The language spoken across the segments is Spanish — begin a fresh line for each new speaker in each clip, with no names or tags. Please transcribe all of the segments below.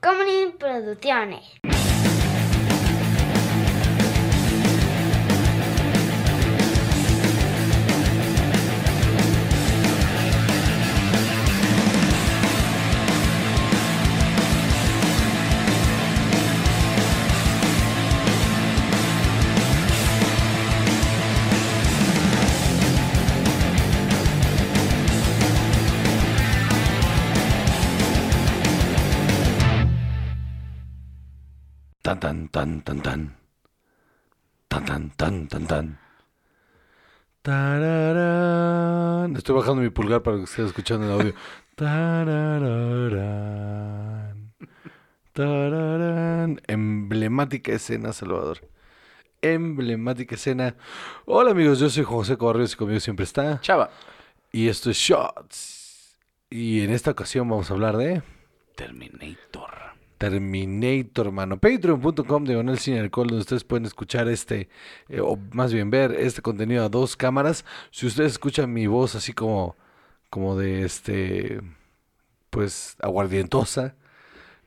Comedy Producciones.
Tan tan tan tan tan. Tan tan tan tan tan. Tararán. Estoy bajando mi pulgar para que estés escuchando el audio. Tarararán. Tararán. Emblemática escena, Salvador. Emblemática escena. Hola amigos, yo soy José Correos y conmigo siempre está.
Chava.
Y esto es Shots. Y en esta ocasión vamos a hablar de...
Terminator.
Terminator, mano. Patreon.com diagonal sin alcohol, donde ustedes pueden escuchar este, eh, o más bien ver este contenido a dos cámaras. Si ustedes escuchan mi voz así como, como de este, pues aguardientosa,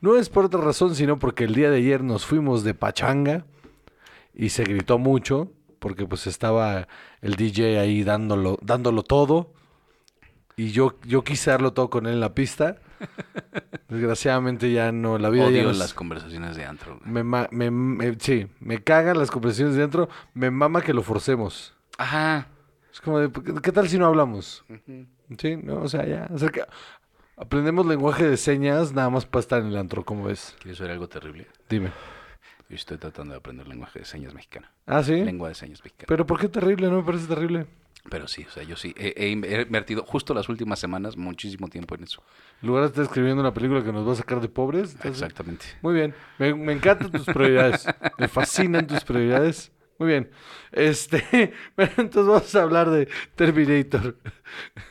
no es por otra razón, sino porque el día de ayer nos fuimos de pachanga y se gritó mucho, porque pues estaba el DJ ahí dándolo, dándolo todo. Y yo, yo quise darlo todo con él en la pista. Desgraciadamente ya no, la vida ya
Odio
no
las conversaciones de antro. güey.
me, ma- me- me- sí, me cagan las conversaciones de dentro, me mama que lo forcemos.
Ajá.
Es como de, ¿qué qué tal si no hablamos? Sí, no, o sea, ya, acerca- aprendemos lenguaje de señas nada más para estar en el antro, ¿cómo ves?
¿Quieres ver algo terrible?
Dime.
Yo estoy tratando de aprender lenguaje de señas mexicana.
Ah, sí.
Lengua de señas mexicana.
Pero
Pero,
¿por qué terrible? No me parece terrible.
sí, o sea, yo sí. He, he in- he invertido justo las últimas semanas muchísimo tiempo en eso.
En lugar de estar escribiendo una película que nos va a sacar de pobres. estás-
Exactamente.
Muy bien. Me, me encantan tus prioridades. Me fascinan tus prioridades. Muy bien. Este, bueno, entonces vamos a hablar de Terminator.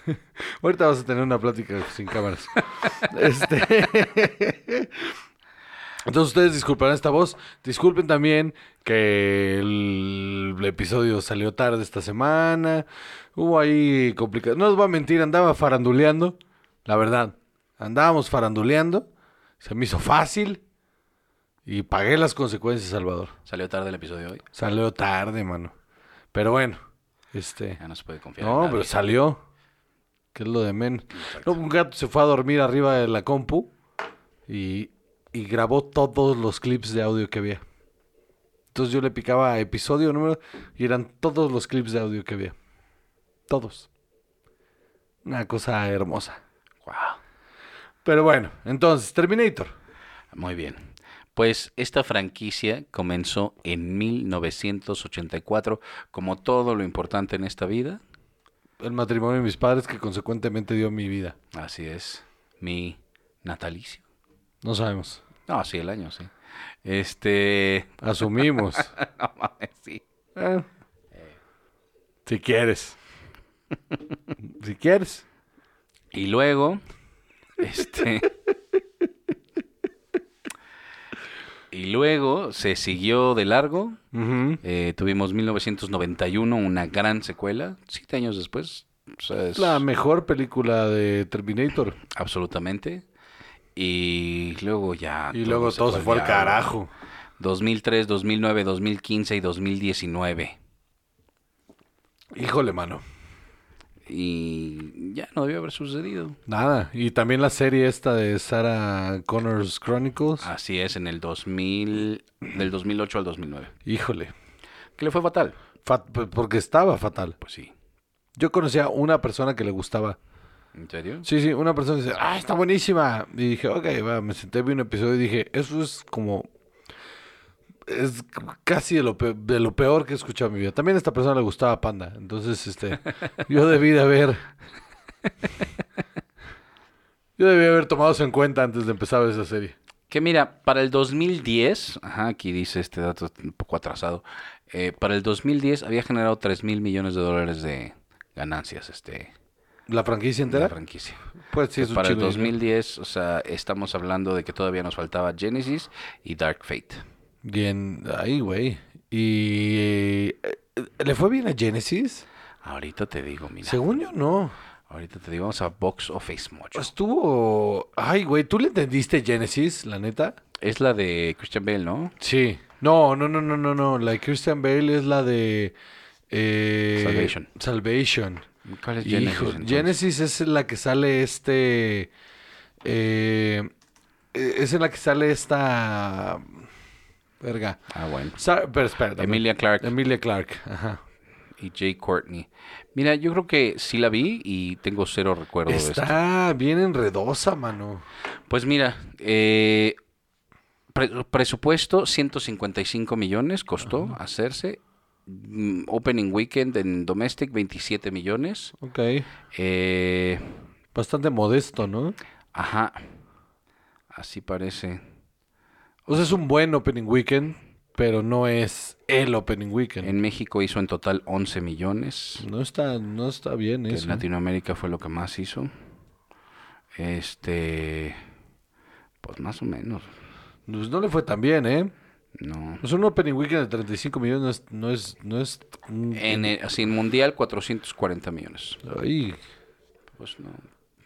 Ahorita vas a tener una plática sin cámaras. Este. Entonces ustedes disculparán esta voz. Disculpen también que el, episodio salió tarde esta semana. Hubo ahí complicaciones. No os voy a mentir, andaba faranduleando. La verdad, andábamos faranduleando. Se me hizo fácil. Y pagué las consecuencias, Salvador.
Salió tarde el episodio de hoy.
Salió tarde, mano. Pero bueno, este.
Ya no se puede confiar. en
No,
nadie.
pero salió. Que es lo de men. No, un gato se fue a dormir arriba de la compu y, y grabó todos los clips de audio que había. Entonces yo le picaba a episodio número y eran todos los clips de audio que había. Todos. Una cosa hermosa.
Guau.
Pero bueno, entonces, Terminator.
Muy bien. Pues esta franquicia comenzó en 1984, como todo lo importante en esta vida.
El matrimonio de mis padres que consecuentemente dio mi vida.
Así es, mi natalicio.
No sabemos.
No, sí, el año, sí. Este,
Asumimos.
no mames, sí.
Eh. Si quieres. Si quieres.
Y luego, este. y luego se siguió de largo.
Ujú.
Eh, tuvimos 1991, una gran secuela, siete años después. O sea, es-
La mejor película de Terminator.
Absolutamente. Y luego ya.
Y luego todo se fue al
diablo.
carajo.
2003, 2009, 2015 y 2019.
Híjole, mano.
Y ya no debió haber sucedido.
Nada. Y también la serie esta de Sarah Connors Chronicles.
Así es, en el 2000, del 2008 al 2009.
Híjole.
Que le fue fatal.
Fa- p- porque estaba fatal.
Pues sí.
Yo conocía una persona que le gustaba.
¿En serio?
Sí, sí, una persona que dice, ah, está buenísima. Y dije, ok, va, me senté, vi un episodio y dije, eso es como... Es casi de lo, peor, de lo peor que he escuchado en mi vida. También a esta persona le gustaba Panda. Entonces, este, yo debí de haber... Yo debí haber tomado eso en cuenta antes de empezar a ver esa serie.
Que mira, para el 2010, ajá, aquí dice este dato un poco atrasado, eh, para el 2010 había generado 3 mil millones de dólares de ganancias este,
¿La franquicia
de la
entera?
franquicia.
Pues sí, es un
para el
chingo de
2010, o sea, estamos hablando de que todavía nos faltaba Genesis y Dark Fate.
dinero. Bien, ahí, güey. Y... eh, ¿Le fue bien a Genesis?
Ahorita te digo, mira.
Según yo, Pues, no.
Ahorita te digo, vamos a Box Office Mojo.
Estuvo. Ay, güey, ¿tú le entendiste Genesis, la neta?
Es la de Christian Bale, ¿no?
Sí. No, no, no, no, no, no. La de Christian Bale es la de. eh,
Salvation.
Salvation.
¿Cuál es Genesis?
Hijo,
entonces?
Genesis es en la que sale este. eh, es en la que sale esta. Verga.
Ah, bueno.
Sa- pero espera, también.
Emilia Clarke.
Emilia Clark. Ajá.
y Jay Courtney. Mira, yo creo que sí la vi y tengo cero recuerdo de esto.
Está bien enredosa, mano.
Pues mira, eh, pre- presupuesto 155 millones costó hacerse. Mm, Opening weekend en domestic 27 millones.
Ok.
Eh,
Bastante modesto, ¿no?
ajá. Así parece.
O sea, es un buen opening weekend, pero no es el opening weekend.
En México hizo en total 11 millones.
No está, no está bien
que
eso.
en Latinoamérica fue lo que más hizo. Este. Pues más o menos.
Pues no le fue tan bien, ¿eh?
No.
Pues un opening weekend de 35 millones no es... No es, no es un-
En el, así, en mundial 440 millones.
Ay,
Pues no.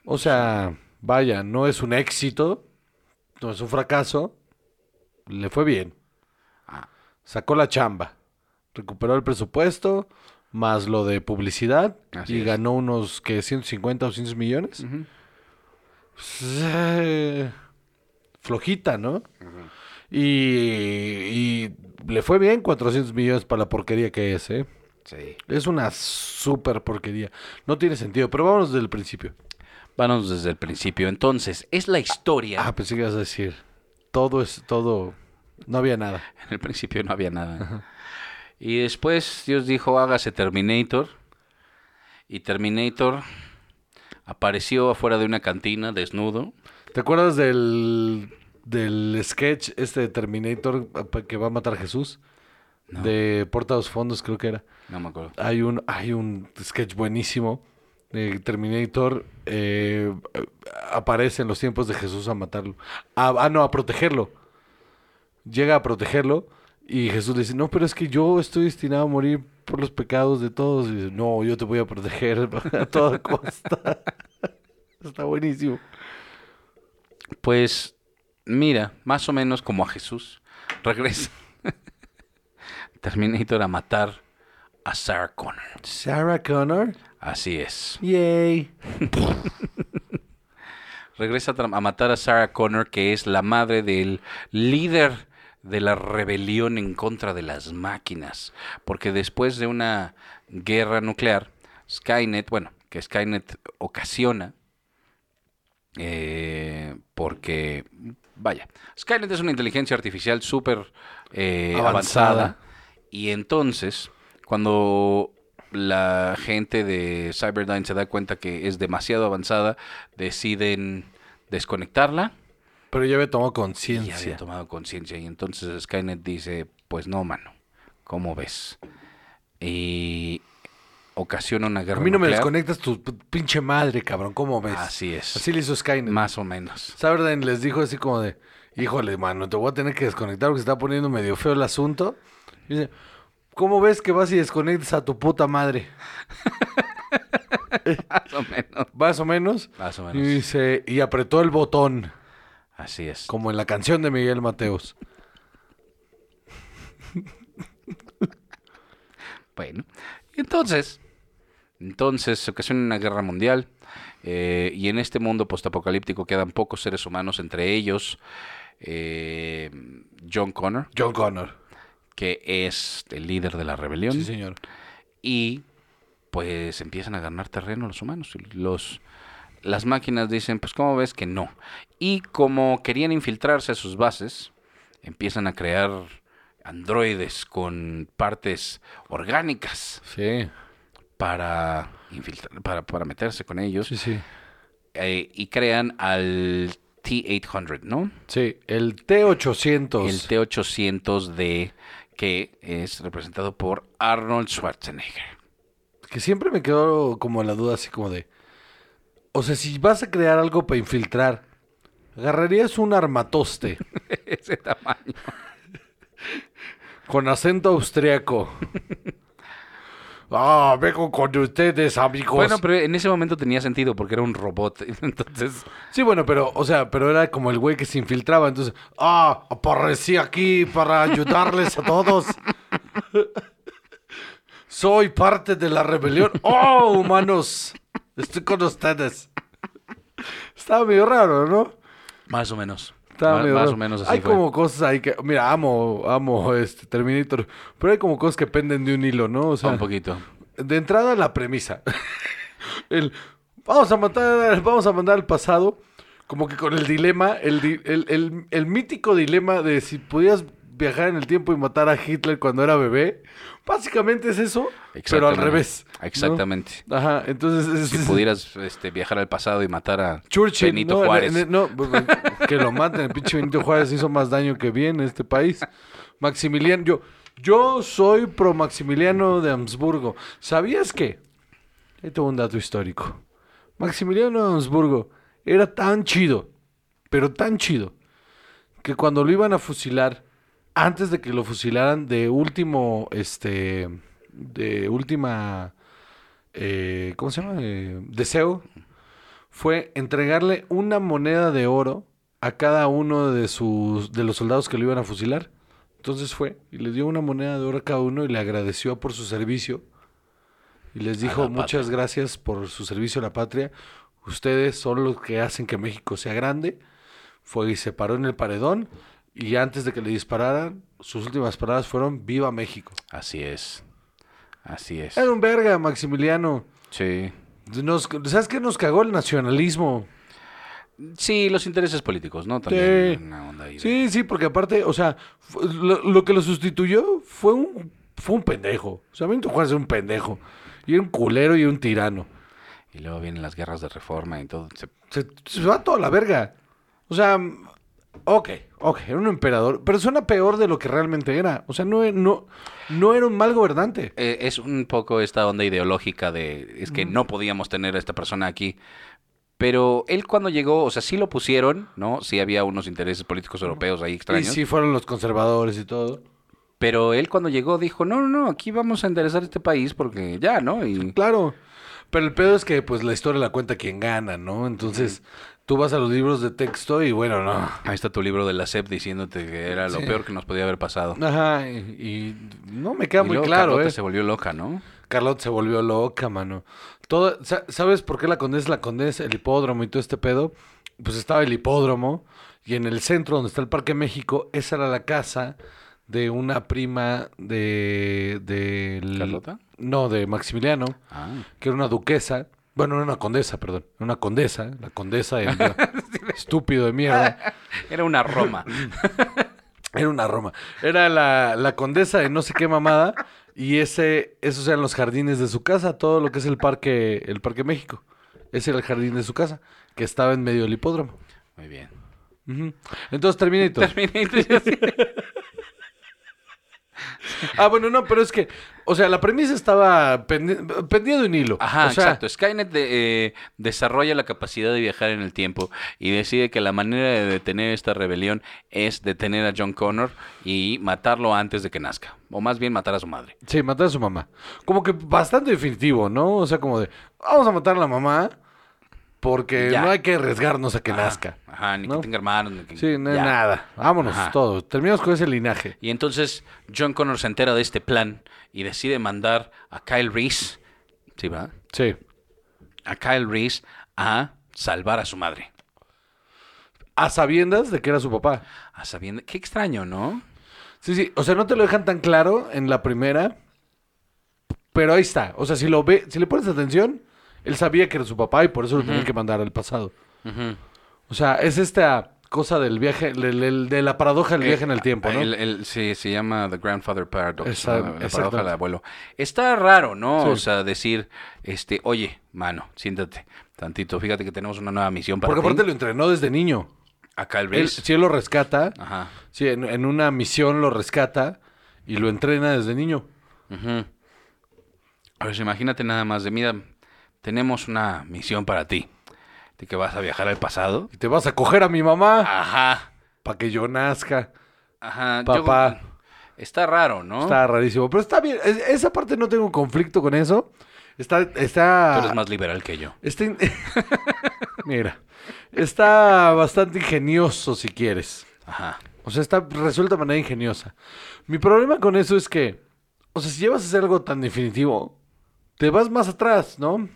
o sea, vaya, no es un éxito, no es un fracaso, le fue bien.
Ah.
Sacó la chamba, recuperó el presupuesto, más lo de publicidad,
Así
y
es.
ganó unos que 150 o 100 millones.
Ujú.
Pues, eh, flojita, ¿no? y, y le fue bien 400 millones para la porquería que es, ¿eh?
Sí.
Es una super porquería. No tiene sentido, pero vámonos desde el principio.
Vámonos desde el principio. Entonces, es la historia.
Ah, pensé que ibas a decir. Todo es todo. No había nada.
En el principio no había nada. Y después Dios dijo, hágase Terminator. Y Terminator apareció afuera de una cantina desnudo.
¿Te acuerdas del, del sketch este de Terminator pa- que va a matar a Jesús? De Porta a los Fondos, creo que era.
No me acuerdo.
Hay un, hay un sketch buenísimo de Terminator. eh, aparece en los tiempos de Jesús a matarlo. A- ah, no, a protegerlo. Llega a protegerlo y Jesús le dice, no, pero es que yo estoy destinado a morir por los pecados de todos. Y dice, no, yo te voy a proteger a toda costa. Está buenísimo.
Pues mira, más o menos como a Jesús. Regresa Terminator a matar a Sarah Connor.
Sarah Connor.
Así es.
Yay.
regresa a, tra- a matar a Sarah Connor, que es la madre del líder de la rebelión en contra de las máquinas. Porque después de una guerra nuclear, Skynet, bueno, que Skynet ocasiona, eh, porque, vaya, Skynet es una inteligencia artificial súper eh,
Avanzada.
avanzada. Y entonces, cuando la gente de Cyberdyne se da cuenta que es demasiado avanzada, deciden desconectarla
Pero ya había tomado
y ya había
conciencia.
tomado conciencia. Y entonces Skynet dice, pues no, mano, ¿cómo ves? Y ocasiona una
A
guerra
mí no me
nuclear.
desconectas tu p- pinche madre, cabrón. ¿Cómo ves?
Así es.
Así le hizo Skynet.
Más o menos.
Saberden les dijo así como de, híjole, mano, te voy a tener que desconectar porque se está poniendo medio feo el asunto. Y dice, ¿cómo ves que vas y desconectas a tu puta madre?
Más o menos.
Más o menos.
Más o
Y
menos.
dice, y apretó el botón,
Así es.
como en la canción de Miguel Mateos.
Bueno, entonces, entonces se ocasiona una guerra mundial eh, y en este mundo postapocalíptico quedan pocos seres humanos, entre ellos eh, John Connor,
John Connor.
que es el líder de la rebelión,
Sí, señor.
y pues empiezan a ganar terreno los humanos. y Los, las máquinas dicen, pues ¿cómo ves que no? Y como querían infiltrarse a sus bases, empiezan a crear androides con partes orgánicas
Sí,
para infiltrar, para, para meterse con ellos
sí, sí.
eh, y crean al T800, ¿no?
Sí, el T-800.
El T800 de que es representado por Arnold Schwarzenegger.
Que siempre me quedó como la duda así como de... O sea, si vas a crear algo para infiltrar, agarrarías un armatoste
Ese tamaño.
con acento austriaco. Ah, vengo con ustedes, amigos.
Bueno, pero en ese momento tenía sentido porque era un robot. Entonces,
Sí, bueno, pero, o sea, pero era como el güey que se infiltraba, entonces, ah, aparecí aquí para ayudarles a todos. Soy parte de la rebelión. ¡Oh, humanos! Estoy con ustedes. Estaba medio raro, ¿no?
más o menos.
Estaba
Ma-
medio
más
raro.
o menos así
Hay
fue.
como cosas ahí que, mira, amo, amo este Terminator, pero hay como cosas que penden de un hilo, ¿no? O sea,
Un poquito.
de entrada, la premisa. el vamos a matar, vamos a mandar al pasado, como que con el dilema, el, di- el- el- el mítico dilema de si pudieras viajar en el tiempo y matar a Hitler cuando era bebé. Básicamente es eso, pero al
Exactamente.
revés. ¿no?
Exactamente.
Ajá, entonces
Si
es-
pudieras este, viajar al pasado y matar a
Churchill,
Benito
no,
Juárez.
ne- ne- no, pues, que lo maten. El pinche Benito Juárez hizo más daño que bien en este país. Maximiliano, yo, yo soy pro Maximiliano de Habsburgo. ¿Sabías que? Ahí tengo un dato histórico. Maximiliano de Habsburgo era tan chido, pero tan chido, que cuando lo iban a fusilar, antes de que lo fusilaran de último, este, de última, eh, ¿cómo se llama? Eh, deseo, fue entregarle una moneda de oro a cada uno de sus de los soldados que lo iban a fusilar. Entonces fue y les dio una moneda de oro a cada uno y le agradeció por su servicio y les
A
dijo
la patria.
muchas gracias por su servicio a la patria. Ustedes son los que hacen que México sea grande. Fue y se paró en el paredón y antes de que le dispararan sus últimas palabras fueron viva México.
Así es. Así es.
Era un verga Maximiliano.
Sí.
Nos- ¿Sabes qué nos cagó el nacionalismo?
Sí, los intereses políticos, ¿no? También una onda ahí de-
Sí, sí, porque aparte, o sea, fu- lo, lo que lo sustituyó fue un, fue un pendejo. O sea, Benito Juárez era un pendejo. Y era un culero y un tirano.
Y luego vienen las guerras de reforma y todo. Se-
Se, se va toda la verga. O sea, mm, ok, ok, era un emperador. Pero suena peor de lo que realmente era. O sea, no, e- no, no era un mal gobernante.
eh, es un poco esta onda ideológica de es que no podíamos tener a esta persona aquí. Pero él cuando llegó, o sea, sí lo pusieron, ¿no? Sí había unos intereses políticos europeos ahí
Y
extraños.
sí fueron los conservadores y todo.
Pero él cuando llegó dijo, no, no, no, aquí vamos a enderezar este país porque ya, ¿no? Y
Claro. Pero el pedo es que, pues, la historia la cuenta quien gana, ¿no? Entonces, tú vas a los libros de texto y bueno, no.
ahí está tu libro de la SEP diciéndote que era lo
Sí.
peor que nos podía haber pasado.
Ajá, y, y no me queda
Y
muy
luego
claro,
Carlota
¿eh?
se volvió loca, ¿no?
Carlot se volvió loca, mano. Todo, sa- ¿Sabes por qué la condesa es la condesa? El hipódromo y todo este pedo. Pues estaba el hipódromo y en el centro donde está el Parque México, esa era la casa de una prima de... de
¿Carlota?
No, de Maximiliano,
Ah.
que era una duquesa. Bueno, era una condesa, perdón. Era una condesa. La condesa de... estúpido de mierda.
Era una Roma.
Era una Roma. Era la, la condesa de no sé qué mamada. Y ese, esos eran los jardines de su casa, todo lo que es el parque, el Parque México. Ese era el jardín de su casa, que estaba en medio del hipódromo.
Muy bien.
Ujú. Entonces Terminator.
Terminator.
ah, bueno, no, pero es que, o sea, la premisa estaba pendi- pendía de un hilo.
Ajá,
O sea,
exacto. Skynet de- eh, desarrolla la capacidad de viajar en el tiempo y decide que la manera de detener esta rebelión es detener a John Connor y matarlo antes de que nazca. O más bien matar a su madre.
Sí, matar a su mamá. Como que bastante definitivo, ¿no? O sea, como de, vamos a matar a la mamá porque
Ya.
no hay que arriesgarnos a que
Ajá,
nazca.
Ajá, ni
¿no?
que tenga hermanos. ni que-
Sí, no hay
ya.
nada. Vámonos
Ajá.
todos. Terminamos con ese linaje.
Y entonces John Connor se entera de este plan y decide mandar a Kyle Reese, ¿sí va?
Sí.
A Kyle Reese a salvar a su madre.
A sabiendas de que era su papá.
A sabiendo, qué extraño, ¿no?
Sí, sí. O sea, no te lo dejan tan claro en la primera. Pero ahí está. O sea, si lo ve, si le pones atención, él sabía que era su papá y por eso lo tenía que mandar al pasado.
Ujú.
O sea, es esta cosa del viaje, del- del- de la paradoja del viaje en el tiempo, ¿no?
Eh, El- el- sí, se llama The Grandfather Paradox.
Esa-
¿no? la
exactamente.
paradoja del abuelo. Está raro, ¿no?
Sí.
O sea, decir, este, oye, mano, siéntate tantito. Fíjate que tenemos una nueva misión para
Porque
ti.
aparte lo entrenó desde niño.
A Kyle
Él,
Reese.
si él lo rescata,
Ajá.
si en, en una misión lo rescata y lo entrena desde niño.
Ujú. A ver, imagínate nada más de, mira, tenemos una misión para ti. De que vas a viajar al pasado.
Y te
Ah.
vas a coger a mi mamá
Ajá.
para que yo nazca.
Ajá. yo-
Papá.
Está raro, ¿no?
Está rarísimo. Pero está bien. Es- esa parte no tengo conflicto con eso. Está. está
Tú eres más liberal que yo.
Está in- Mira. Está bastante ingenioso, si quieres.
Ajá.
O sea, está resuelta de manera ingeniosa. Mi problema con eso es que, o sea, si llevas a hacer algo tan definitivo, te vas más atrás, ¿no?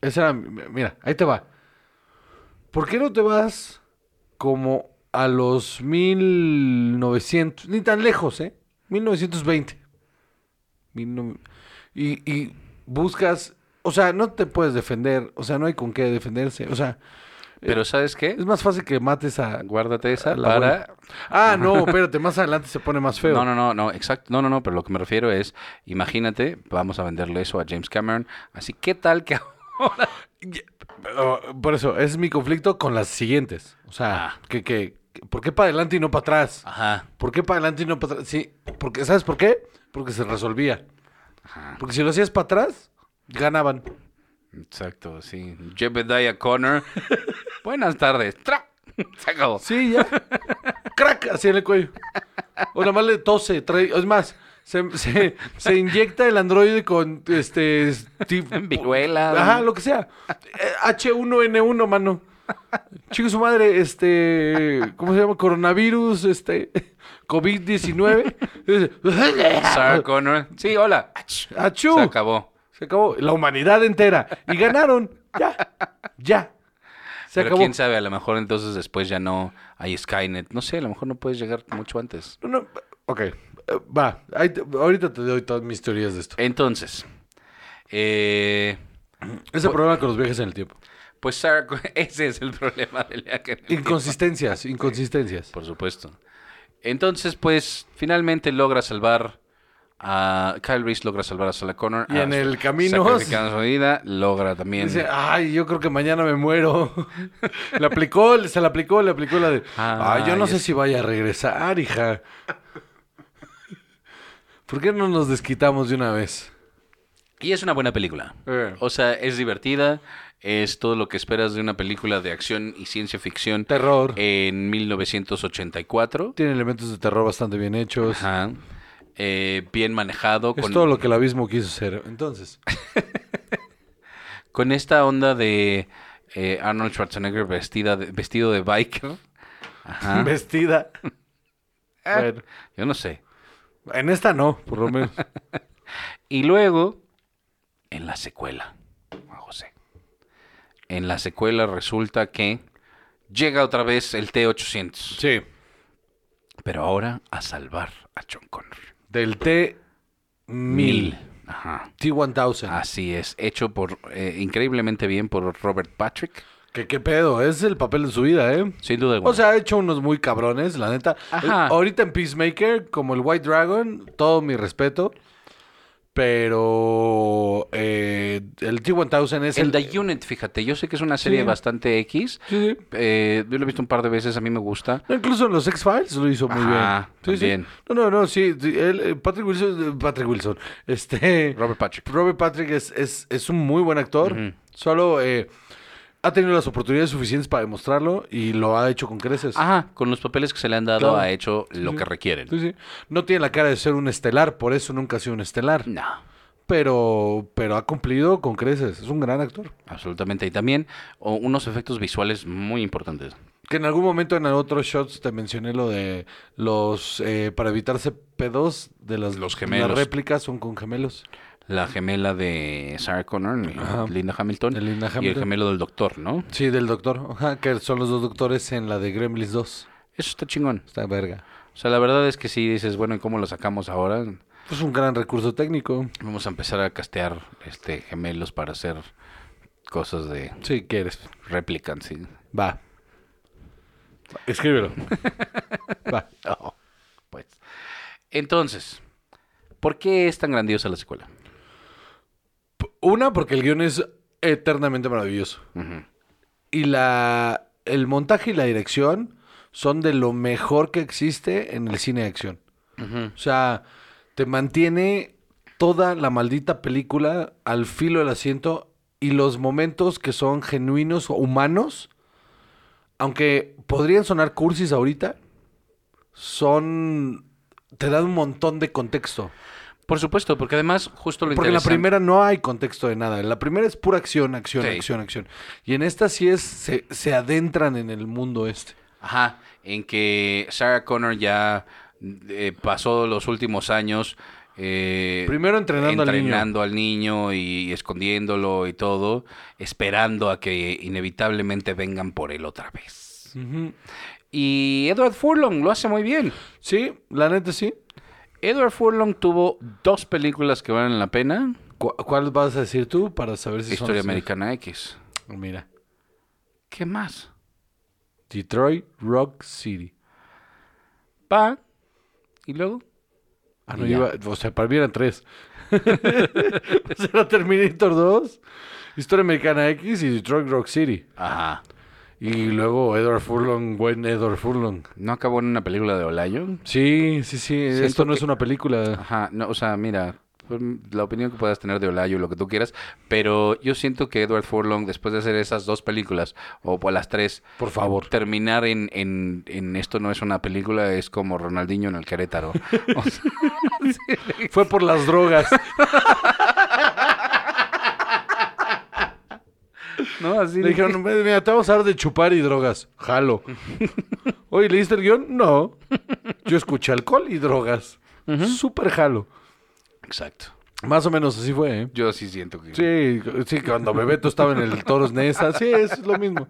Esa era, mi- mira, ahí te va. ¿Por qué no te vas como a los 1900, ni tan lejos, eh? 1920. Mil no- Y, y buscas, o sea, no te puedes defender, o sea, no hay con qué defenderse, o sea,
Pero ¿sabes qué?
es más fácil que mates a...
Guárdate esa
a la
para...
abuela. Ah, no, espérate, más adelante se pone más feo.
No, no, no, no, exacto. No, no, no, pero lo que me refiero es, imagínate, vamos a venderle eso a James Cameron. Así, ¿qué tal que ahora?
Pero, Oh, Por eso, es mi conflicto con las siguientes. O sea,
Ah.
que, que, ¿por qué para adelante y no para atrás?
Ajá.
¿Por qué para adelante y no para atrás? Sí, porque, ¿sabes por qué? Porque se resolvía.
Ajá.
Porque si lo hacías para atrás, ganaban.
Exacto, sí. Jebediah Connor. Buenas tardes. ¡Tra! Se acabó.
Sí, ya. ¡Crack! Así en el cuello. O nada más le tose. Trae, es más, se, se- se inyecta el androide con este. Steve-
Viruela.
Ajá, lo que sea. Eh, H1N1, mano. Chico, su madre, este. ¿Cómo se llama? Coronavirus, este. COVID-19.
Sarah Connor. Sí, hola.
Achú.
Se acabó.
Se acabó. La humanidad entera. Y ganaron. Ya. Ya. Se
Pero
acabó.
quién sabe, a lo mejor entonces después ya no hay Skynet. No sé, a lo mejor no puedes llegar mucho antes.
No, no, ok, eh, va. ahí te- ahorita te doy todas mis teorías de esto.
Entonces, eh,
Ese problema con los viajes en el tiempo.
pues Sarah, Con- ese es el problema del viaje en el tiempo.
Inconsistencias, inconsistencias.
Por supuesto. Entonces, pues, finalmente logra salvar a... Kyle Reese logra salvar a Sarah Connor.
Y en
a-
el camino-
sacrificando su vida, logra también...
Dice, ah. ay, yo creo que mañana me muero. le aplicó, se la aplicó, le aplicó la de.
Ah,
ay, yo no
ya
sé
sé.
si vaya a regresar, hija. ¿Por qué no nos desquitamos de una vez?
Y es una buena película.
Eh.
O sea, es divertida, es todo lo que esperas de una película de acción y ciencia ficción
Terror.
en 1984.
Tiene elementos de terror bastante bien hechos.
Ajá. Eh, bien manejado,
Es
con,
todo lo que el abismo quiso ser. Entonces,
con esta onda de eh, Arnold Schwarzenegger vestida de- vestido de biker. Ajá. Ah.
vestida. Bueno,
Yo no sé.
en esta no, por lo menos.
Y luego, en la secuela, Juan José. En la secuela resulta que llega otra vez el T-800.
Sí.
Pero ahora a salvar a John Connor.
Del T1000.
Mil. Ah. Ajá.
T1000.
Así es. Hecho por eh, increíblemente bien por Robert Patrick.
Que qué pedo, es el papel de su vida, ¿eh?
Sin duda alguna.
O sea, ha hecho unos muy cabrones, la neta.
Ajá.
Eh, Ahorita en Peacemaker, como el White Dragon, todo mi respeto. Pero eh, el T1000 es
el
el...
The Unit, fíjate, yo sé que es una serie
Sí.
bastante X.
Sí, sí.
Eh, yo lo he visto un par de veces, a mí me gusta.
No, incluso en los X-Files lo hizo muy
Ajá,
bien. Sí, sí.
también.
No, no, no, sí. sí, él, eh, Patrick Wilson... eh, Patrick Wilson. Este...
Robert Patrick.
Robert Patrick es, es- es un muy buen actor.
Ujú.
Solo eh, ha tenido las oportunidades suficientes para demostrarlo y lo ha hecho con creces.
Ajá, con los papeles que se le han dado
Claro.
ha hecho lo que requieren.
Sí, sí. No tiene la cara de ser un estelar, por eso nunca ha sido un estelar.
No,
Pero, pero ha cumplido con creces. Es un gran actor.
absolutamente. Y también o, unos efectos visuales muy importantes.
Que en algún momento en otros shots te mencioné lo de los. eh, para evitarse pedos de las,
Los gemelos.
las réplicas son con gemelos.
La gemela de Sarah Connor, y
Ajá.
Linda Hamilton,
De Linda
y el
Hamilton.
gemelo del doctor, ¿no?
Sí, del doctor. Ajá, que son los dos doctores en la de Gremlins 2.
Eso está chingón.
Está verga.
O sea, la verdad es que sí dices, bueno, ¿y cómo lo sacamos ahora?
Es un gran recurso técnico.
Vamos a empezar a castear este gemelos para hacer cosas de
Si quieres.
replican, sí.
Va. Escríbelo. Va.
No, pues. Entonces, ¿por qué es tan grandiosa la secuela?
Una, porque el guión es eternamente maravilloso.
Ujú.
Y la. El montaje y la dirección son de lo mejor que existe en el cine de acción. O sea, te mantiene toda la maldita película al filo del asiento y los momentos que son genuinos o humanos, aunque podrían sonar cursis ahorita, son te da un montón de contexto.
Por supuesto, porque además, justo lo
Porque en la
interesante-
primera no hay contexto de nada. En la primera es pura acción, acción,
Sí.
acción, acción. Y en esta sí es, se, se adentran en el mundo este.
Ajá, en que Sarah Connor ya eh, pasó los últimos años. eh,
Primero entrenando al niño.
entrenando al niño. y escondiéndolo y todo, esperando a que inevitablemente vengan por él otra vez. Y Edward Furlong lo hace muy bien.
Sí, la neta sí.
Edward Furlong tuvo dos películas que valen la pena.
¿Cu- ¿Cuál vas a decir tú para saber si son
Historia
las-
Americana X.
Mira.
¿Qué más?
Detroit Rock City.
Pa. Y luego.
Ah, no,
Y ya.
iba, o sea, para mí eran tres. O sea, era Terminator 2, Historia Americana X y Detroit Rock City.
Ajá.
Y luego Edward Furlong, buen Edward Furlong.
¿No acabó en una película de Olayo?
Sí, sí, sí, esto no
que-
es una película.
Ajá. No, o sea, mira. mm, La opinión que puedas tener de Olayo, lo que tú quieras. Pero yo siento que Edward Furlong, después de hacer esas dos películas, o por las tres.
Por favor.
Terminar en, en, en esto no es una película, es como Ronaldinho en el Querétaro. O sea,
Fue por las drogas.
¿No? Así
Le
de-
dijeron, mira, te vamos a dar de chupar y drogas. Jalo. Oye, ¿leíste el guión? No. Yo escuché alcohol y drogas. Súper jalo.
Exacto.
Más o menos así fue, ¿eh?
Yo sí siento que.
Sí, sí, cuando Bebeto estaba en el Toros Nesa, sí, es lo mismo.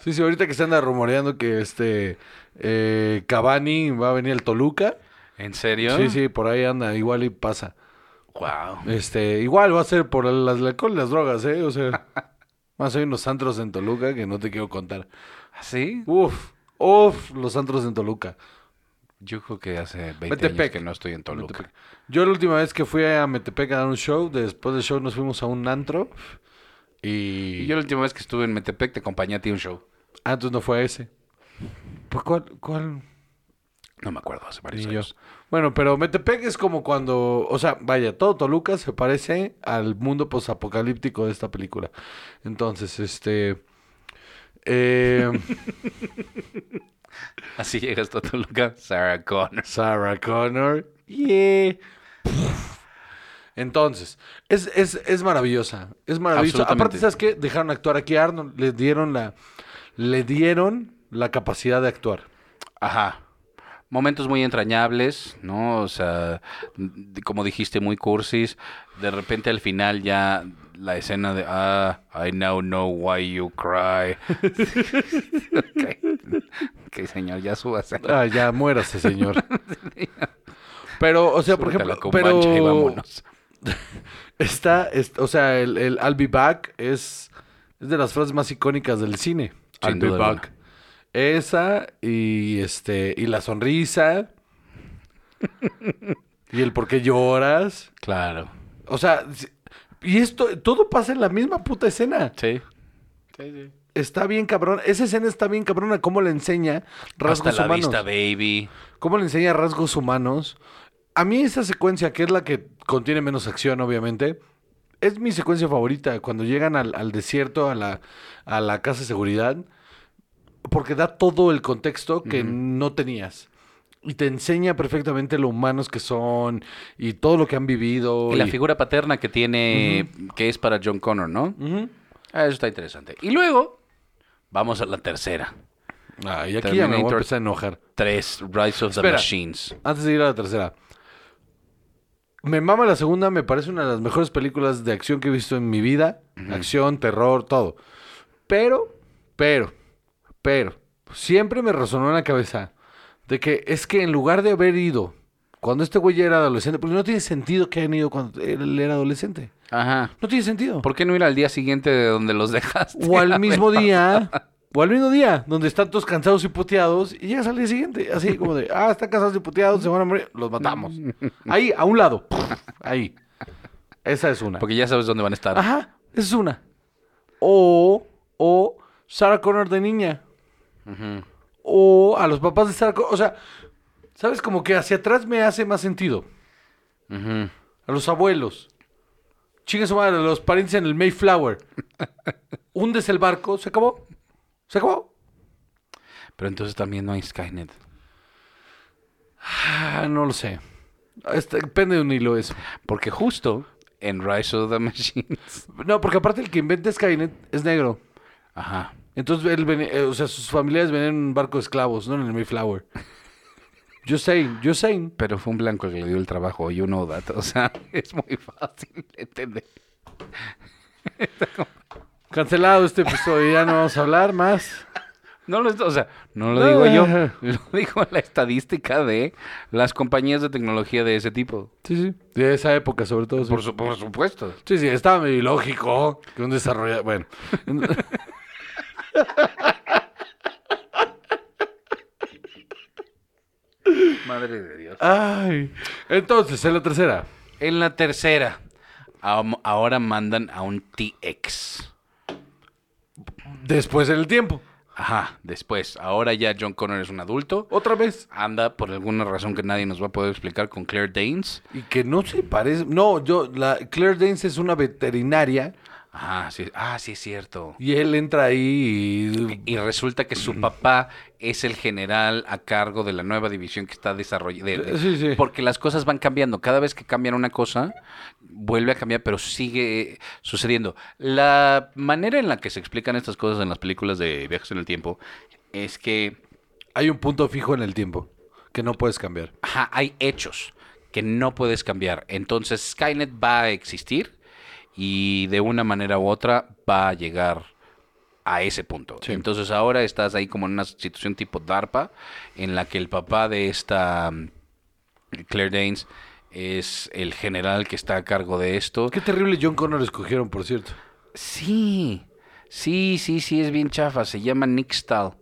Sí, sí, ahorita que se anda rumoreando que este eh, Cavani va a venir al Toluca.
¿En serio?
Sí, sí, por ahí anda, igual y pasa.
Wow.
Este, igual va a ser por las el alcohol y las drogas, ¿eh? O sea, más hay unos antros en Toluca que no te quiero contar.
¿Ah, ¿Sí?
Uf, uf, los antros en Toluca.
Yo creo que hace 20 años
Metepec.
que no estoy en Toluca.
Metepec. Yo la última vez que fui a Metepec a dar un show, después del show nos fuimos a un antro y...
Y yo la última vez que estuve en Metepec te acompañé a ti a un show.
Ah, entonces no fue a ese. Pues cuál, cuál...
No me acuerdo, hace
Ni
varios
yo.
años.
Bueno, pero Metepec es como cuando, o sea, vaya, todo Toluca se parece al mundo posapocalíptico de esta película. Entonces, este... eh,
Así llegas tú a Toluca, Sarah Connor.
Sarah Connor. Yeah. Entonces, es, es, es maravillosa. Es maravillosa.
Absolutamente.
Aparte, ¿sabes qué? Dejaron actuar aquí a Arnold. Le dieron la, le dieron la capacidad de actuar.
Ajá. Momentos muy entrañables, ¿no? O sea, de- como dijiste, muy cursis. De repente al final ya la escena de, ah, I now know why you cry. Ok. Ok, señor, ya súbase.
Ah, ya muérase, señor. Pero, o sea, por
Súbete a la
ejemplo,
Comanche y
pero
vámonos.
está, es- o sea, el, el I'll be back es, es de las frases más icónicas del cine.
Sin
I'll be
duda
back.
alguna.
Esa y este y la sonrisa y el por qué lloras.
Claro.
O sea, si- y esto, todo pasa en la misma puta escena.
Sí.
Está bien cabrón. Esa escena está bien cabrona. ¿Cómo le enseña rasgos
Hasta la
humanos?
vista, baby.
¿Cómo le enseña rasgos humanos? A mí esa secuencia, que es la que contiene menos acción, obviamente, es mi secuencia favorita. Cuando llegan al, al desierto, a la, a la casa de seguridad, porque da todo el contexto que no tenías. Y te enseña perfectamente lo humanos que son y todo lo que han vivido.
Y la
y-
figura paterna que tiene, que es para John Connor, ¿no?
Ujú.
Ah, eso está interesante. Y luego, vamos a la tercera.
Ah, y aquí ya me voy a
Terminator.
empezar a enojar.
Tres, Rise of the
Espera.
Machines.
Antes de ir a la tercera. Me mama la segunda, me parece una de las mejores películas de acción que he visto en mi vida. Acción, terror, todo. Pero, pero, pero, siempre me resonó en la cabeza de que es que en lugar de haber ido cuando este güey ya era adolescente, porque no tiene sentido que hayan ido cuando él era adolescente.
Ajá.
No tiene sentido.
¿Por qué no ir al día siguiente de donde los dejaste?
O al mismo día. O al mismo día, donde están todos cansados y puteados, y llegas al día siguiente, así como de, ah, están cansados y puteados, se van a morir, los matamos. Ahí, a un lado. Ahí. Esa es una.
Porque ya sabes dónde van a estar.
Ajá, esa es una. O, o Sarah Connor de niña.
Ujú.
O a los papás de Sarah Connor. O sea, ¿sabes? Como que hacia atrás me hace más sentido.
Ujú.
A los abuelos. Chingue su madre, a los parientes en el Mayflower. Hundes el barco, se acabó. Se acabó.
Pero entonces también no hay Skynet.
Ah, no lo sé. Este, depende de un hilo eso.
Porque justo en Rise of the Machines.
No, porque aparte el que inventa Skynet es negro.
Ajá.
Entonces, él veni- eh, o sea, sus familiares venían en un barco de esclavos, no en el Mayflower. Yo sé, yo sé.
Pero fue un blanco el que le dio el trabajo, you know that. O sea, es muy fácil de entender.
Cancelado este episodio, ya no vamos a hablar más.
No lo, o sea, no lo digo yo,
Ah.
lo digo la estadística de las compañías de tecnología de ese tipo.
Sí, sí. De esa época, sobre todo. sí.
Por, su- por supuesto.
Sí, sí, estaba medio lógico que un desarrollador. Bueno.
Madre de Dios.
Ay. Entonces, en la tercera.
En la tercera, am- ahora mandan a un TX.
Después en el tiempo.
Ajá, después. Ahora ya John Connor es un adulto.
Otra vez.
Anda por alguna razón que nadie nos va a poder explicar con Claire Danes.
Y que no se parece. No, yo. La Claire Danes es una veterinaria.
Ajá, sí, ah, sí es cierto.
Y él entra ahí y.
Y resulta que su papá es el general a cargo de la nueva división que está desarrollando.
Eh, Sí, sí.
Porque las cosas van cambiando. Cada vez que cambian una cosa, vuelve a cambiar, pero sigue sucediendo. La manera en la que se explican estas cosas en las películas de viajes en el tiempo es que
Hay un punto fijo en el tiempo. Que no puedes cambiar.
ajá, hay hechos que no puedes cambiar. Entonces Skynet va a existir y de una manera u otra va a llegar a ese punto.
Sí.
Entonces ahora estás ahí como en una situación tipo DARPA en la que el papá de esta mm, Claire Danes es el general que está a cargo de esto.
Qué terrible John Connor escogieron, por cierto.
Sí, sí, sí, sí, es bien chafa. Se llama Nick Stahl.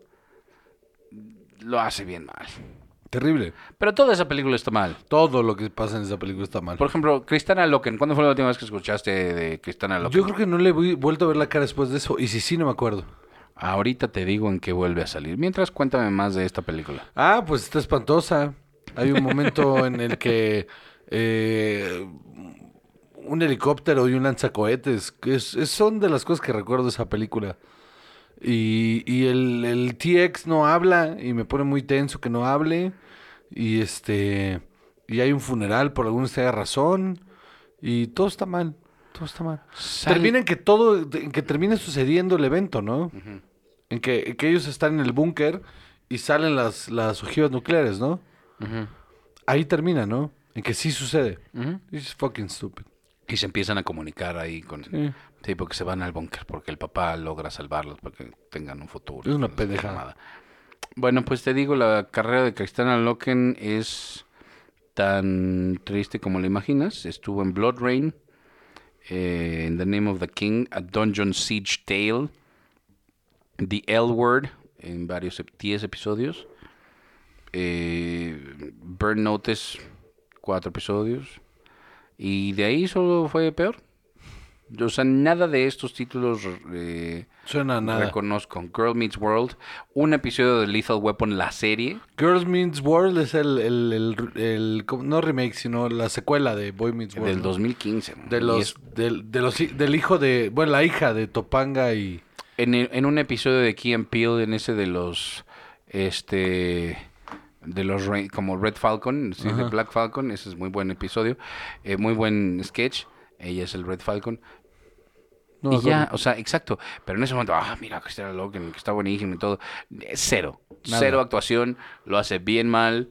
Lo hace bien mal.
Terrible.
Pero toda esa película está mal.
Todo lo que pasa en esa película está mal.
Por ejemplo, Cristana Loken. ¿Cuándo fue la última vez que escuchaste de Cristana Loken?
Yo creo que no le he vu- vuelto a ver la cara después de eso. Y si sí, no me acuerdo.
Ahorita te digo en qué vuelve a salir. Mientras, cuéntame más de esta película.
Ah, pues está espantosa. Hay un momento en el que eh, un helicóptero y un lanzacohetes, que es- es- son de las cosas que recuerdo de esa película. Y, y el, el TX no habla y me pone muy tenso que no hable. Y este y hay un funeral por alguna extraña razón. Y todo está mal, todo está mal.
Sale-
Termina en que todo, en que termine sucediendo el evento, ¿no? En que, en que ellos están en el búnker y salen las, las ojivas nucleares, ¿no?
Ujú,
Ahí termina, ¿no? En que sí sucede.
ujú.
This is fucking stupid.
Y se empiezan a comunicar ahí con... Sí, porque se van al búnker, porque el papá logra salvarlos, porque tengan un futuro.
Es una
Esa
pendejada.
mamada. Bueno, pues te digo, la carrera de Cristana Loken es tan triste como la imaginas. Estuvo en Blood Rain, eh, In the Name of the King, A Dungeon Siege Tale, The L Word, en varios ep- 10 episodios. Eh, Burn Notice, 4 episodios. Y de ahí solo fue peor. O sea, nada de estos títulos eh,
Suena a nada.
reconozco. Girl Meets World, un episodio de Lethal Weapon, la serie.
Girls Means World es el, el, el- el- como- no remake, sino la secuela de Boy Meets World.
Del
¿no?
2015. ¿no?
De
Y
los,
es-
del, de los hi- del hijo de, bueno, la hija de Topanga y...
en, el- en un episodio de Key and Peele, en ese de los. Este. De los. re- Como Red Falcon, sí, de Black Falcon. Ese es muy buen episodio. eh, muy buen sketch. Ella es el Red Falcon.
no me
y ya,
acuerdo.
o sea, exacto. Pero en ese momento, ah, mira, Cristiano Logan, que está buenísimo y todo. Eh, Cero.
Nada.
Cero actuación. Lo hace bien mal.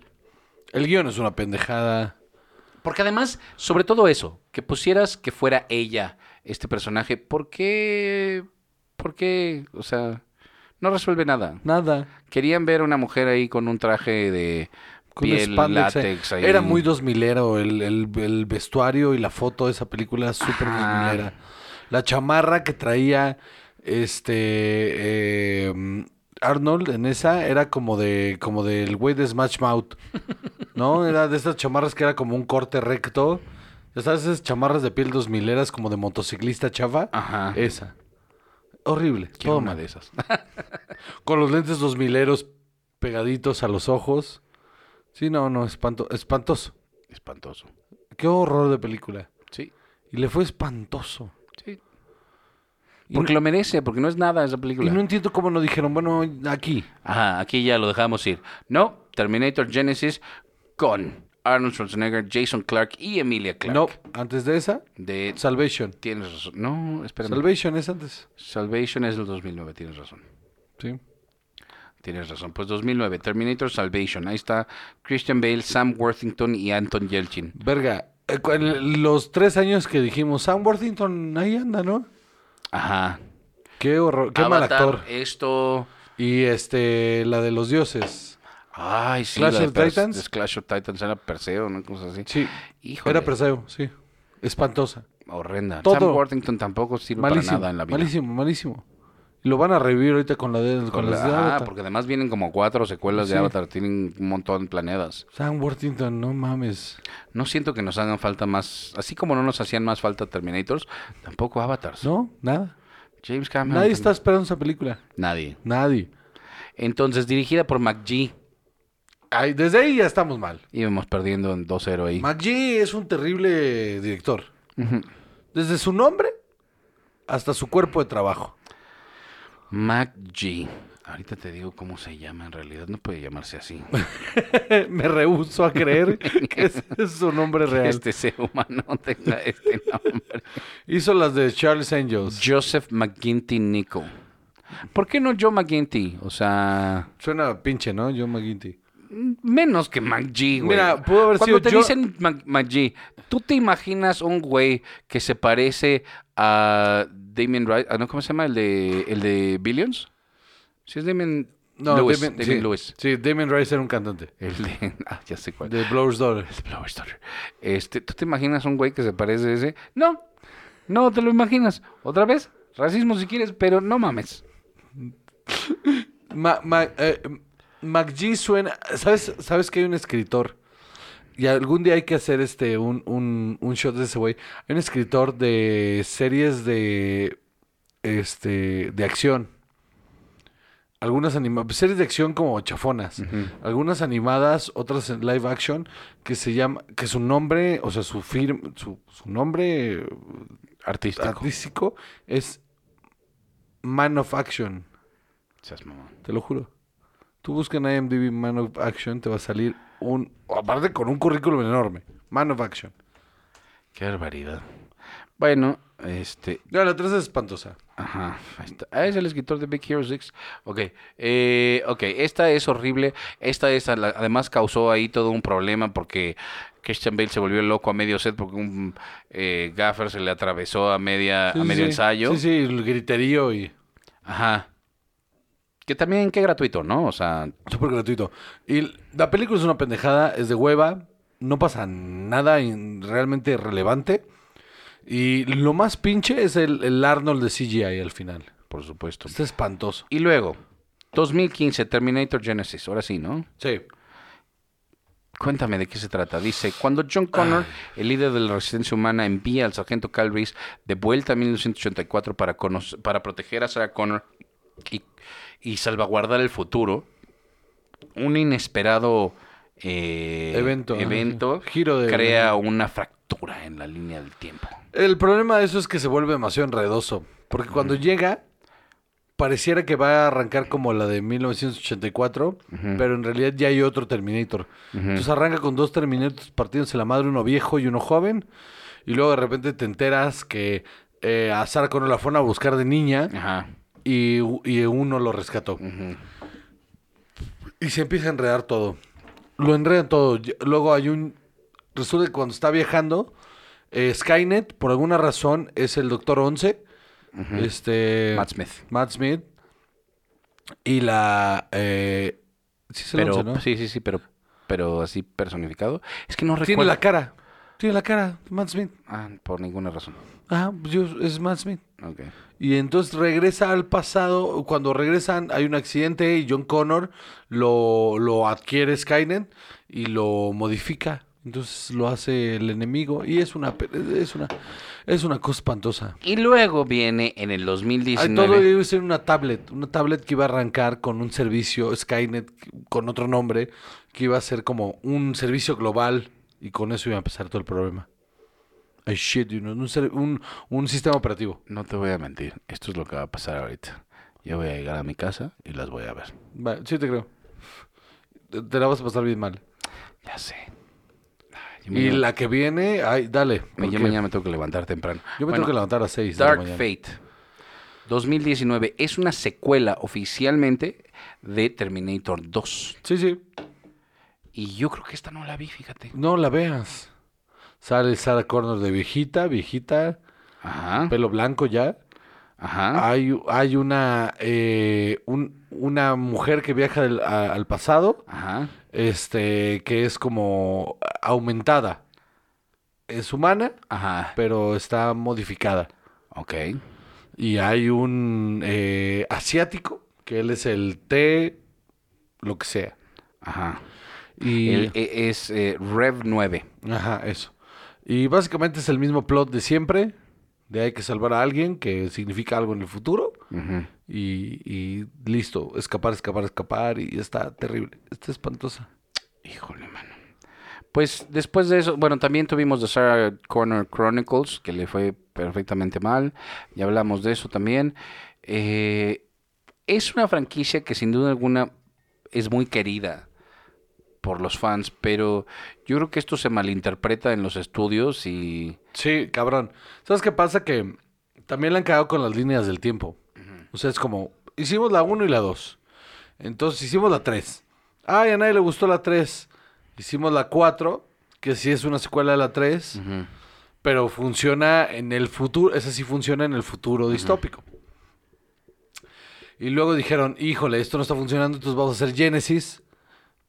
El guión es una pendejada.
Porque además, sobre todo eso, que pusieras que fuera ella este personaje, ¿por qué? ¿Por qué? O sea, no resuelve nada.
Nada.
Querían ver a una mujer ahí con un traje de
Con
piel
spandex, eh.
látex. ahí.
Era muy dos milero el, el- el vestuario y la foto de esa película súper dos
Ajá.
milera. La chamarra que traía este eh, Arnold en esa era como de como del güey de Smash Mouth. ¿No? Era de esas chamarras que era como un corte recto. Ya sabes, esas chamarras de piel dos mileras como de motociclista chafa.
Ajá.
Esa. Horrible.
Quiero
Todo
una
mal.
de esas.
Con los lentes dos mileros pegaditos a los ojos. Sí, no, no, espanto, espantoso.
Espantoso.
Qué horror de película.
Sí,
Y le fue espantoso.
sí.
Y
Porque
no-
lo merece, porque no es nada esa
Y
película.
no entiendo cómo no dijeron, bueno, aquí.
Ajá, aquí ya lo dejamos ir. No, Terminator Genesis con Arnold Schwarzenegger, Jason Clark y Emilia Clarke.
No, antes de esa,
De,
Salvation.
tienes razón. No, espérame.
Salvation es antes.
Salvation es del 2009, tienes razón.
Sí.
Tienes razón. Pues 2009, Terminator Salvation. Ahí está Christian Bale, Sam Worthington y Anton Yelchin.
Verga, eh, cu- el- los tres años que dijimos, Sam Worthington, ahí anda, ¿no?
Ajá.
Qué horror, qué mal
Avatar,
actor.
Esto.
Y este, la de los dioses.
Ay, sí.
Clash
la de
of
Perse-
Titans.
de Clash of Titans era Perseo, una cosa así.
Sí,
Híjole.
era Perseo, sí. Espantosa.
Horrenda.
Todo.
Sam Worthington tampoco sirve para
Malísimo,
nada en la vida.
malísimo, malísimo. Lo van a revivir ahorita con la de, con
Con
las
la-
de
ajá,
Avatar.
porque además vienen como cuatro secuelas
Sí.
de Avatar, tienen un montón de planetas.
Sam Worthington, no mames.
No siento que nos hagan falta más, así como no nos hacían más falta Terminators, tampoco Avatars.
No, nada.
James Cameron.
Nadie está
también-
esperando esa película.
Nadie.
Nadie.
Entonces, dirigida por McGee,
Ay, desde ahí ya estamos mal.
íbamos perdiendo en 2-0 ahí.
McGee es un terrible director.
Ujú.
Desde su nombre hasta su cuerpo de trabajo.
McGee. Ahorita te digo cómo se llama, en realidad no puede llamarse así.
Me rehuso a creer que ese es su nombre real.
Este ser humano tenga este nombre.
Hizo las de Charles Angels.
Joseph McGinty Nichol. ¿Por qué no Joe McGinty? O sea...
Suena pinche, ¿no? John McGuinty.
Menos que McGee, güey.
Mira, pudo haber
Cuando
sido
te
yo-
dicen Mac- McGee, ¿tú te imaginas un güey que se parece a Damien Rice? ah, no, ¿Cómo se llama? ¿El de, el de Billions? ¿Sí es Damien
No,
Lewis?
Damien-
Damien
sí,
Lewis.
Sí, Damien Rice era un cantante.
El de... Ah, ya sé cuál.
De Blower's Daughter.
Blower Stoller. Este, ¿Tú te imaginas un güey que se parece a ese? No, no te lo imaginas. ¿Otra vez? Racismo si quieres, pero no mames.
Ma, ma- eh, MacG suena. ¿Sabes, ¿Sabes que hay un escritor? Y algún día hay que hacer este un, un, un shot de ese güey. Hay un escritor de series de. Este. de acción. Algunas animadas. Series de acción como chafonas. Algunas animadas, otras en live action. Que se llama. Que su nombre. O sea, su firma. Su, su nombre
Artístico.
artístico es. Man of Action.
Seas mamón.
Te lo juro. Tú buscas en IMDb Man of Action, te va a salir un... Aparte con un currículum enorme. Man of Action.
Qué barbaridad. Bueno, este,
Ya, la 3 es espantosa.
Ajá, ahí está. Ah, es el escritor de Big Hero 6. Ok, eh, ok, esta es horrible. Esta es, a la- además causó ahí todo un problema porque Christian Bale se volvió loco a medio set porque un eh, gaffer se le atravesó a, media, a
Sí,
medio
sí.
ensayo.
Sí, sí, el griterío y...
Ajá. Que también, qué gratuito, ¿no? O sea,
Súper gratuito. Y la película es una pendejada, es de hueva, no pasa nada in- realmente relevante. Y lo más pinche es el, el Arnold de CGI al final.
por supuesto.
Está espantoso.
Y luego, 2015, Terminator Genesis. Ahora sí, ¿no?
Sí.
Cuéntame de qué se trata. Dice, cuando John Connor,
Ah.
el líder de la resistencia humana, envía al sargento Calvis de vuelta a 1984 para, conoc- para proteger a Sarah Connor y, y salvaguardar el futuro, un inesperado eh,
Evento, ajá,
evento
sí. Giro de-
crea una fractura en la línea del tiempo.
El problema de eso es que se vuelve demasiado enredoso. Porque cuando llega, pareciera que va a arrancar como la de 1984, pero en realidad ya hay otro Terminator. Entonces arranca con dos Terminators partidos en la madre, uno viejo y uno joven. Y luego de repente te enteras que eh, a Sarah Connor la fueron a buscar de niña
Ajá.
y, y uno lo rescató.
Ujú.
Y se empieza a enredar todo. Lo enredan todo. Y- Luego hay un... Resulta que cuando está viajando, eh, Skynet, por alguna razón, es el Doctor 11. Este...
Matt Smith.
Matt Smith. Y la... eh, sí es el
Pero, pues,
11, ¿no?
Sí, sí, sí, pero, pero así personificado. Es que no
Tiene
recuerdo.
la cara. Tiene la cara. Matt Smith.
Ah, por ninguna razón.
Ah, pues yo- es Matt Smith.
Ok.
Y entonces regresa al pasado. Cuando regresan, hay un accidente y John Connor lo, lo adquiere Skynet y lo modifica. Entonces lo hace el enemigo. Y es una pe- es una, es una cosa espantosa.
Y luego viene en el
Hay
2019.
todo iba a ser una tablet. Una tablet que iba a arrancar con un servicio Skynet con otro nombre. Que iba a ser como un servicio global. Y con eso iba a empezar todo el problema. Ay, shit, you know, un ser- un- un sistema operativo.
No te voy a mentir, esto es lo que va a pasar ahorita. Yo voy a llegar a mi casa y las voy a ver.
Va, sí te creo. Te, te la vas a pasar bien mal.
Ya sé.
Y la que viene, ay, dale. porque
Yo mañana me tengo que levantar temprano.
yo me
Bueno,
tengo que levantar a 6 de la
Dark
mañana.
Fate 2019 es una secuela oficialmente de Terminator 2.
Sí, sí.
Y yo creo que esta no la vi, fíjate.
No la veas. Sale Sarah Connor de viejita, viejita,
Ajá.
pelo blanco ya.
Ajá.
Hay, hay una, eh, un- una mujer que viaja del- a- al pasado,
Ajá.
este, que es como aumentada. Es humana,
Ajá.
pero está modificada.
Ok.
Y hay un eh, asiático, que él es el T, lo que sea.
Ajá.
Y...
El- e- es eh, Rev 9.
Ajá, eso. Y básicamente es el mismo plot de siempre, de hay que salvar a alguien que significa algo en el futuro.
Ujú.
Y, y listo, escapar, escapar, escapar. Y está terrible, está espantosa.
Híjole, mano. Pues después de eso, bueno, también tuvimos The Sarah Corner Chronicles, que le fue perfectamente mal. Ya hablamos de eso también. Eh, es una franquicia que sin duda alguna es muy querida por los fans, pero yo creo que esto se malinterpreta en los estudios y...
Sí, cabrón. ¿Sabes qué pasa? Que también la han cagado con las líneas del tiempo. O sea, es como, hicimos la 1 y la 2. Entonces hicimos la 3. Ay, a nadie le gustó la 3. Hicimos la 4, que sí es una secuela de la 3. pero funciona en el futuro, esa sí funciona en el futuro distópico. Y luego dijeron, híjole, esto no está funcionando, entonces vamos a hacer Genesis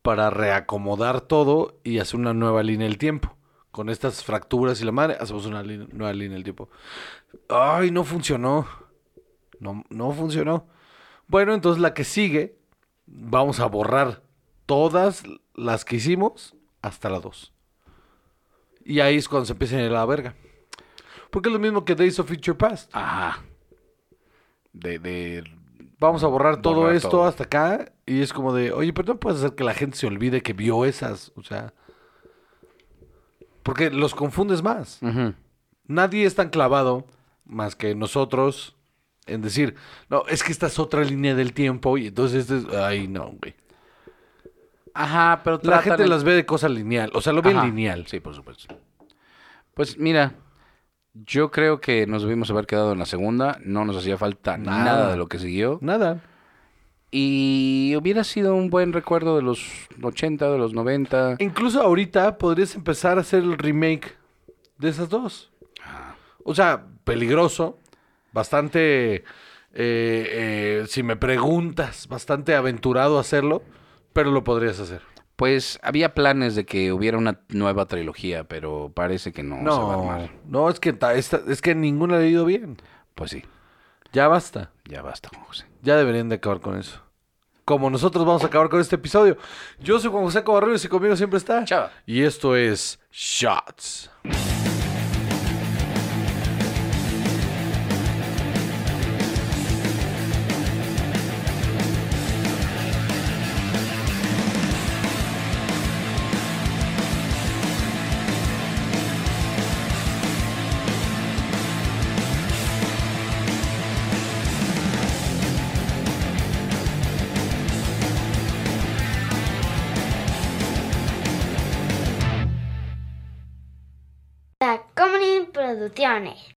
para reacomodar todo y hacer una nueva línea del tiempo. Con estas fracturas y la madre, hacemos una lin- nueva línea del tiempo. Ay, no funcionó. No, no funcionó. Bueno, entonces la que sigue, vamos a borrar todas las que hicimos hasta la 2. Y ahí es cuando se empieza a ir a la verga. Porque es lo mismo que Days of Future Past.
Ajá. De... de...
Vamos a borrar todo
Borrar
esto
todo.
hasta acá. Y es como de, oye, pero no puedes hacer que la gente se olvide que vio esas. O sea. Porque los confundes más.
Ujú.
Nadie es tan clavado más que nosotros en decir, no, es que esta es otra línea del tiempo. Y entonces, este es- ay, no, güey.
Ajá, pero
La
tratan
gente
el-
las ve de cosa lineal. O sea, lo ven
Ajá,
lineal.
Sí, por supuesto. Pues mira, yo creo que nos debimos haber quedado en la segunda. No nos hacía falta nada,
Nada.
de lo que siguió.
Nada.
Y hubiera sido un buen recuerdo de los 80, de los 90.
Incluso ahorita podrías empezar a hacer el remake de esas dos.
Ah.
O sea, peligroso, bastante, eh, eh, si me preguntas, bastante aventurado hacerlo, pero lo podrías hacer.
Pues había planes de que hubiera una nueva trilogía, pero parece que no, se va a
No,
armar.
no, es que, ta- esta- es que ninguna le ha ido bien.
Pues sí,
Ya basta,
ya basta, Juan José.
ya deberían de acabar con eso. Como nosotros vamos a acabar con este episodio. Yo soy Juan José Cobarrubias y conmigo siempre está.
Chava.
Y esto es Shots.
Tacomunin Producciones.